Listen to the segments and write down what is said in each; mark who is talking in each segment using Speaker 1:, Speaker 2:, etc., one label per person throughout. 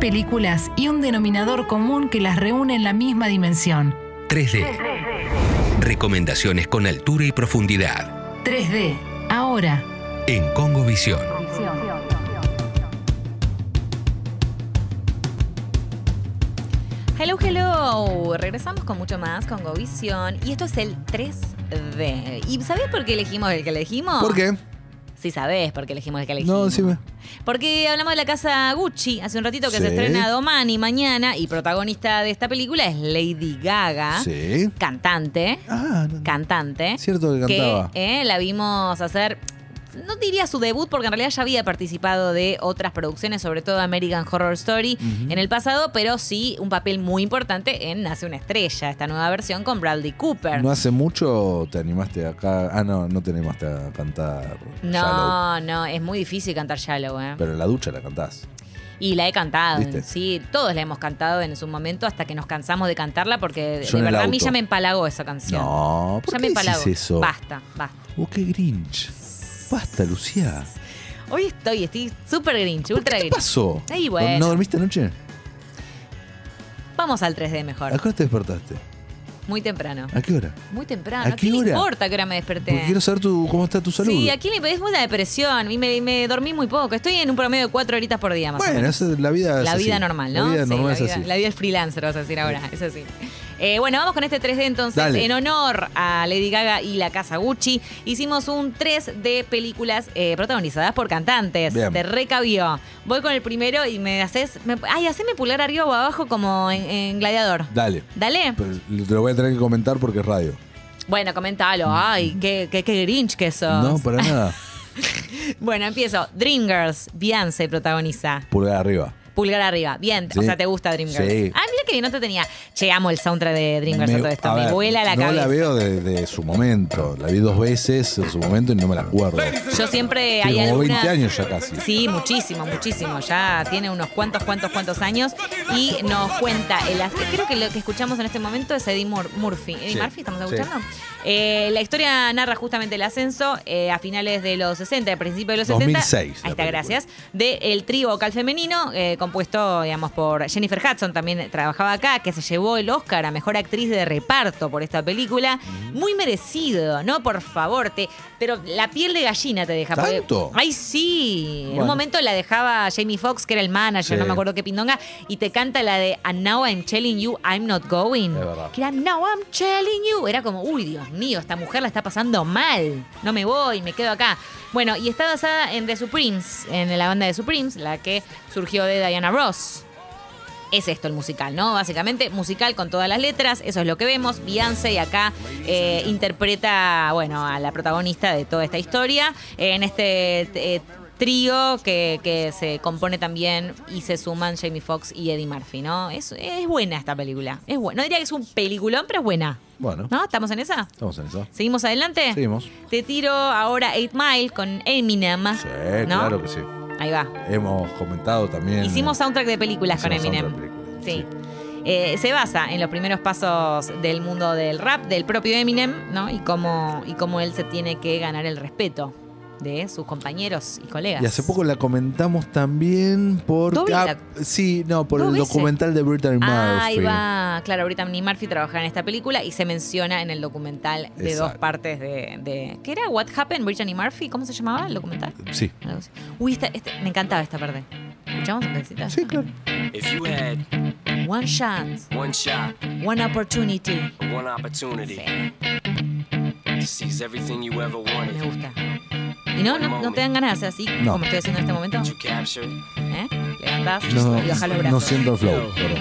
Speaker 1: películas y un denominador común que las reúne en la misma dimensión.
Speaker 2: 3D. Recomendaciones con altura y profundidad.
Speaker 1: 3D. Ahora.
Speaker 2: En Congo Visión.
Speaker 3: Hello, hello. Regresamos con mucho más con Govisión y esto es el 3D. ¿Y sabés por qué elegimos el que elegimos?
Speaker 4: ¿Por qué?
Speaker 3: Sí sabés por qué elegimos el que Ah, elegimos.
Speaker 4: No, decime.
Speaker 3: Porque hablamos de la casa Gucci hace un ratito que
Speaker 4: Sí.
Speaker 3: se estrena Domani mañana y protagonista de esta película es Lady Gaga,
Speaker 4: Sí.
Speaker 3: cantante,
Speaker 4: Ah, no-
Speaker 3: cantante.
Speaker 4: Cierto que cantaba.
Speaker 3: eh, la vimos hacer, no diría su debut, porque en realidad ya había participado de otras producciones, sobre todo American Horror Story, en el pasado, pero sí un papel muy importante en Nace una estrella, esta nueva versión con Bradley Cooper.
Speaker 4: ¿No hace mucho te animaste acá? Ah, no, no te animaste a cantar. Shallow.
Speaker 3: No, no, es muy difícil cantar Shallow, ¿eh?
Speaker 4: Pero en la ducha la cantás.
Speaker 3: Y la he cantado,
Speaker 4: ¿Viste?
Speaker 3: sí, todos la hemos cantado en su momento hasta que nos cansamos de cantarla porque
Speaker 4: Yo
Speaker 3: de
Speaker 4: en el
Speaker 3: verdad a mí
Speaker 4: auto.
Speaker 3: ya me empalagó esa canción.
Speaker 4: No, ¿por
Speaker 3: ya
Speaker 4: qué
Speaker 3: me empalagó.
Speaker 4: decís eso?
Speaker 3: Basta, basta.
Speaker 4: Oh, qué grinch. Basta, Lucía.
Speaker 3: Hoy estoy, estoy súper grinch,
Speaker 4: ¿Por
Speaker 3: ultra
Speaker 4: ¿Qué te
Speaker 3: grinch.
Speaker 4: pasó?
Speaker 3: Y bueno.
Speaker 4: ¿No dormiste anoche?
Speaker 3: Vamos al 3D
Speaker 4: ¿A
Speaker 3: mejor.
Speaker 4: qué hora te despertaste?
Speaker 3: Muy temprano.
Speaker 4: ¿A qué hora?
Speaker 3: Muy temprano.
Speaker 4: ¿A
Speaker 3: ¿A,
Speaker 4: qué
Speaker 3: quién
Speaker 4: hora?
Speaker 3: le importa que ahora me desperté?
Speaker 4: Porque quiero saber tu, cómo está tu salud.
Speaker 3: Sí, ¿a quién le pedís una depresión? Y me, me dormí muy poco. Estoy en un promedio de cuatro horitas por día más o
Speaker 4: Bueno,
Speaker 3: menos.
Speaker 4: esa es la vida es
Speaker 3: La
Speaker 4: así.
Speaker 3: vida normal, ¿no?
Speaker 4: La vida
Speaker 3: Sí,
Speaker 4: normal
Speaker 3: la
Speaker 4: es
Speaker 3: vida-
Speaker 4: así.
Speaker 3: la vida del freelancer, vas a decir ahora, es así. Eh, bueno, vamos con este 3D entonces.
Speaker 4: Dale.
Speaker 3: En honor a Lady Gaga y la casa Gucci, hicimos un 3 de películas eh, protagonizadas por cantantes.
Speaker 4: Bien.
Speaker 3: Te recabió. Voy con el primero y me haces. me- ay, haceme pulgar arriba o abajo como en, en Gladiador.
Speaker 4: Dale.
Speaker 3: Dale.
Speaker 4: Pero te lo voy a tener que comentar porque es radio.
Speaker 3: Bueno, comentalo. Ay, qué, qué, qué grinch que sos.
Speaker 4: No, para nada.
Speaker 3: Bueno, empiezo. Dreamgirls, Beyoncé protagoniza.
Speaker 4: Pulgar arriba.
Speaker 3: Pulgar arriba. Bien,
Speaker 4: Sí.
Speaker 3: o sea, ¿te gusta Dreamgirls?
Speaker 4: Sí.
Speaker 3: Ah, mira que bien, no te tenía. Che, amo el soundtrack de Dreamgirls a todo esto.
Speaker 4: a
Speaker 3: me
Speaker 4: ver,
Speaker 3: vuela la
Speaker 4: no
Speaker 3: cabeza.
Speaker 4: la veo desde su momento. La vi dos veces en su momento y no me la acuerdo.
Speaker 3: Yo siempre hay
Speaker 4: Tiene como
Speaker 3: algunas...
Speaker 4: 20 años ya casi.
Speaker 3: Sí, muchísimo, muchísimo. Ya tiene unos cuantos, cuantos, cuantos años. Y nos cuenta, el, creo que lo que escuchamos en este momento es Eddie Mur- Murphy. Eddie
Speaker 4: Sí,
Speaker 3: Murphy, ¿estamos
Speaker 4: sí.
Speaker 3: escuchando? Eh, la historia narra justamente el ascenso eh, a finales de los 60, a principios de los 70.
Speaker 4: 2006 la
Speaker 3: Ahí está,
Speaker 4: película.
Speaker 3: gracias. Del el trío vocal femenino, eh, compuesto, digamos, por Jennifer Hudson, también trabajaba acá, que se llevó el Oscar a Mejor Actriz de Reparto por esta película. Muy merecido, ¿no? Por favor, te... Pero la piel de gallina te deja. porque-
Speaker 4: ¿Tanto?
Speaker 3: Ay, sí. En
Speaker 4: Bueno.
Speaker 3: un momento la dejaba Jamie Foxx, que era el manager,
Speaker 4: Sí.
Speaker 3: no me acuerdo qué pindonga, y te canta la de And now I'm telling you I'm not going.
Speaker 4: Es verdad.
Speaker 3: Que era Now I'm telling you. Era como, uy, Dios mío, esta mujer la está pasando mal. No me voy, me quedo acá. Bueno, y está basada en The Supremes, en la banda de Supremes, la que surgió de Diana Ross. Es esto el musical, ¿no? Básicamente, musical con todas las letras, eso es lo que vemos. Beyoncé y acá eh, interpreta, bueno, a la protagonista de toda esta historia en este eh, trío que, que se compone también y se suman Jamie Foxx y Eddie Murphy, ¿no? Es, es buena esta película. Es buena. No diría que es un peliculón, pero es buena.
Speaker 4: Bueno,
Speaker 3: ¿No? Eh. ¿Estamos en esa?
Speaker 4: estamos en eso.
Speaker 3: ¿Seguimos adelante?
Speaker 4: Seguimos.
Speaker 3: Te tiro ahora 8 Mile con Eminem.
Speaker 4: Sí,
Speaker 3: Ah. ¿no?
Speaker 4: claro que sí.
Speaker 3: Ahí va.
Speaker 4: Hemos comentado también.
Speaker 3: Hicimos soundtrack de películas con
Speaker 4: Hicimos
Speaker 3: Eminem.
Speaker 4: soundtrack de películas,
Speaker 3: Sí. Eh, se basa en los primeros pasos del mundo del rap, del propio Eminem, ¿no? Y cómo, y cómo él se tiene que ganar el respeto de sus compañeros y colegas.
Speaker 4: Y hace poco la comentamos también por.
Speaker 3: ¿Doble?
Speaker 4: sí, no, por
Speaker 3: ¿Dos
Speaker 4: el
Speaker 3: veces?
Speaker 4: documental de Brittany Murphy.
Speaker 3: Ahí va. Claro, ahorita Minnie Murphy trabajaba en esta película y se menciona en el documental de dos
Speaker 4: Exacto.
Speaker 3: partes de, de- ¿Qué era? What Happened, Brittany Murphy. ¿Cómo se llamaba el documental?
Speaker 4: Sí.
Speaker 3: Algo así. Uy, esta- este- me encantaba esta parte. ¿Escuchamos un pedacito?
Speaker 4: Sí, claro.
Speaker 5: If you had
Speaker 3: One shot,
Speaker 5: one shot,
Speaker 3: one opportunity.
Speaker 5: one opportunity
Speaker 3: Sí,
Speaker 5: to seize everything you ever
Speaker 3: me
Speaker 5: wanted,
Speaker 3: gusta. ¿Y no, no, no te dan ganas de hacer así
Speaker 4: No.
Speaker 3: como estoy haciendo en este momento?
Speaker 5: you captured.
Speaker 3: ¿Eh? Levantás
Speaker 4: No,
Speaker 3: y bajás los
Speaker 4: no
Speaker 3: brazos.
Speaker 4: siento el flow. perdón.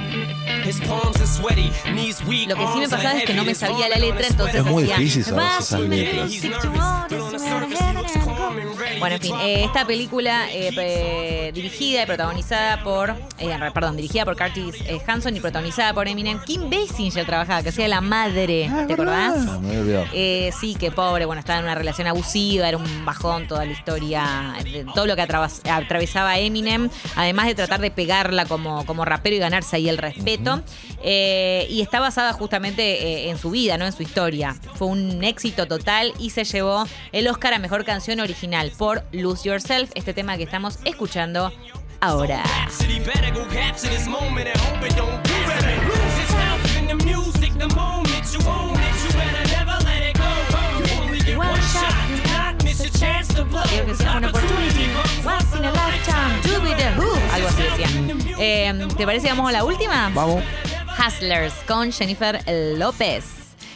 Speaker 5: His palms are sweaty, knees weak.
Speaker 3: Lo que sí me
Speaker 5: arms are
Speaker 3: pasaba es que no
Speaker 5: heavy,
Speaker 3: me
Speaker 5: his
Speaker 3: sabía la
Speaker 5: vomit on
Speaker 3: letra,
Speaker 5: his
Speaker 3: entonces
Speaker 4: Es muy
Speaker 3: hacía...
Speaker 4: difícil saberse esas letras.
Speaker 5: He's
Speaker 3: oh,
Speaker 5: nervous.
Speaker 3: eh, Bueno, en fin, eh, esta película eh, eh, dirigida y protagonizada por, eh, perdón, dirigida por Curtis eh, Hanson y protagonizada por Eminem, Kim Basinger trabajaba, que hacía la madre,
Speaker 4: Ah,
Speaker 3: ¿te acordás?
Speaker 4: No, me había olvidado.
Speaker 3: Eh, sí, que pobre, bueno, estaba en una relación abusiva, era un bajón toda la historia, de todo lo que atravas- atravesaba Eminem, además de tratar de pegarla como, como rapero y ganarse ahí el respeto. Eh, y está basada justamente eh, en su vida, ¿no? En su historia. Fue un éxito total y se llevó el Oscar a Mejor Canción Original por Lose Yourself, este tema que estamos escuchando ahora.
Speaker 5: City better go cap capture this moment and hope it don't do better. Lose yourself in the music the moment you own it. You better never let it go. You only get one shot. Do not miss a chance to blow.
Speaker 3: Quiero que sea una oportunidad. Once in a lifetime, do be the who. Algo así decía. Eh, ¿Te parece que vamos a la última?
Speaker 4: Vamos.
Speaker 3: Hustlers con Jennifer López.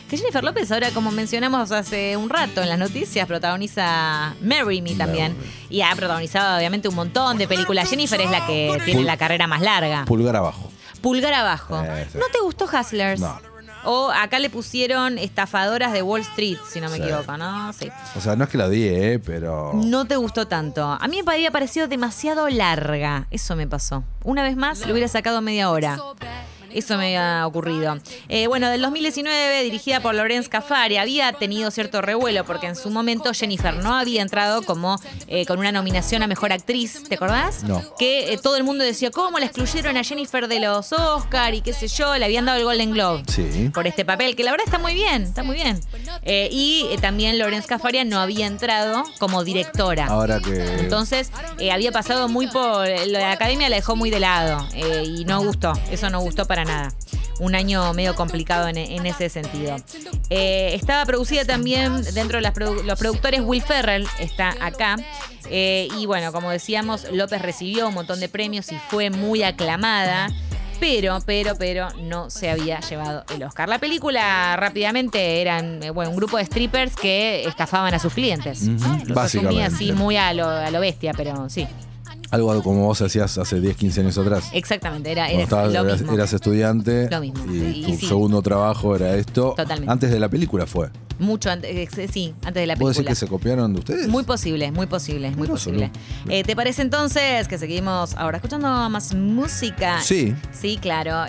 Speaker 3: Que Jennifer López ahora, como mencionamos hace un rato en las noticias, protagoniza Mary Me también. Y ha protagonizado obviamente un montón de películas. Jennifer es la que tiene
Speaker 4: Pul-
Speaker 3: la carrera más larga.
Speaker 4: Pulgar abajo.
Speaker 3: Pulgar abajo.
Speaker 4: Eh, sí.
Speaker 3: ¿No te gustó Hustlers?
Speaker 4: No.
Speaker 3: O acá le pusieron estafadoras de Wall Street, si no me
Speaker 4: Sí.
Speaker 3: equivoco, ¿no? Sí.
Speaker 4: O sea, no es que la di, eh, pero.
Speaker 3: No te gustó tanto. A mí me había parecido demasiado larga. Eso me pasó. Una vez más, le hubiera sacado media hora. Eso me había ocurrido. Eh, bueno, del 2019, dirigida por Lorenz Cafari, había tenido cierto revuelo porque en su momento Jennifer no había entrado como eh, con una nominación a mejor actriz, ¿te acordás?
Speaker 4: No.
Speaker 3: Que eh, todo el mundo decía, ¿cómo la excluyeron a Jennifer de los Oscar y qué sé yo? Le habían dado el Golden Globe
Speaker 4: Sí.
Speaker 3: por este papel, que la verdad está muy bien, está muy bien. Eh, y eh, también Lorenz Cafaria no había entrado como directora.
Speaker 4: Ahora que.
Speaker 3: Entonces eh, había pasado muy por. La academia la dejó muy de lado eh, y no gustó, eso no gustó para nada. Un año medio complicado en, en ese sentido. Eh, estaba producida también dentro de las produ- los productores Will Ferrell, está acá. Eh, y bueno, como decíamos, López recibió un montón de premios y fue muy aclamada. Pero, pero, pero no se había llevado el Oscar. La película rápidamente eran eh, bueno, un grupo de strippers que estafaban a sus clientes.
Speaker 4: Ujú,
Speaker 3: Lo resumí
Speaker 4: básicamente.
Speaker 3: así muy a lo, a lo bestia, pero sí.
Speaker 4: Algo como vos hacías hace 10, 15 años atrás.
Speaker 3: Exactamente, Eh, era,
Speaker 4: Cuando
Speaker 3: era
Speaker 4: estabas-
Speaker 3: lo
Speaker 4: eras,
Speaker 3: mismo.
Speaker 4: eras estudiante
Speaker 3: Lo mismo.
Speaker 4: y
Speaker 3: Y
Speaker 4: tu
Speaker 3: sí.
Speaker 4: segundo trabajo era esto.
Speaker 3: Totalmente.
Speaker 4: Antes de la película fue.
Speaker 3: Mucho antes, eh, sí, antes de la
Speaker 4: ¿Puedo decir
Speaker 3: película.
Speaker 4: que se copiaron de ustedes?
Speaker 3: Muy posible, muy posible, muy
Speaker 4: Mirá,
Speaker 3: posible.
Speaker 4: Solú.
Speaker 3: Eh, ¿Te parece entonces que seguimos ahora escuchando más música?
Speaker 4: Sí.
Speaker 3: Sí, claro.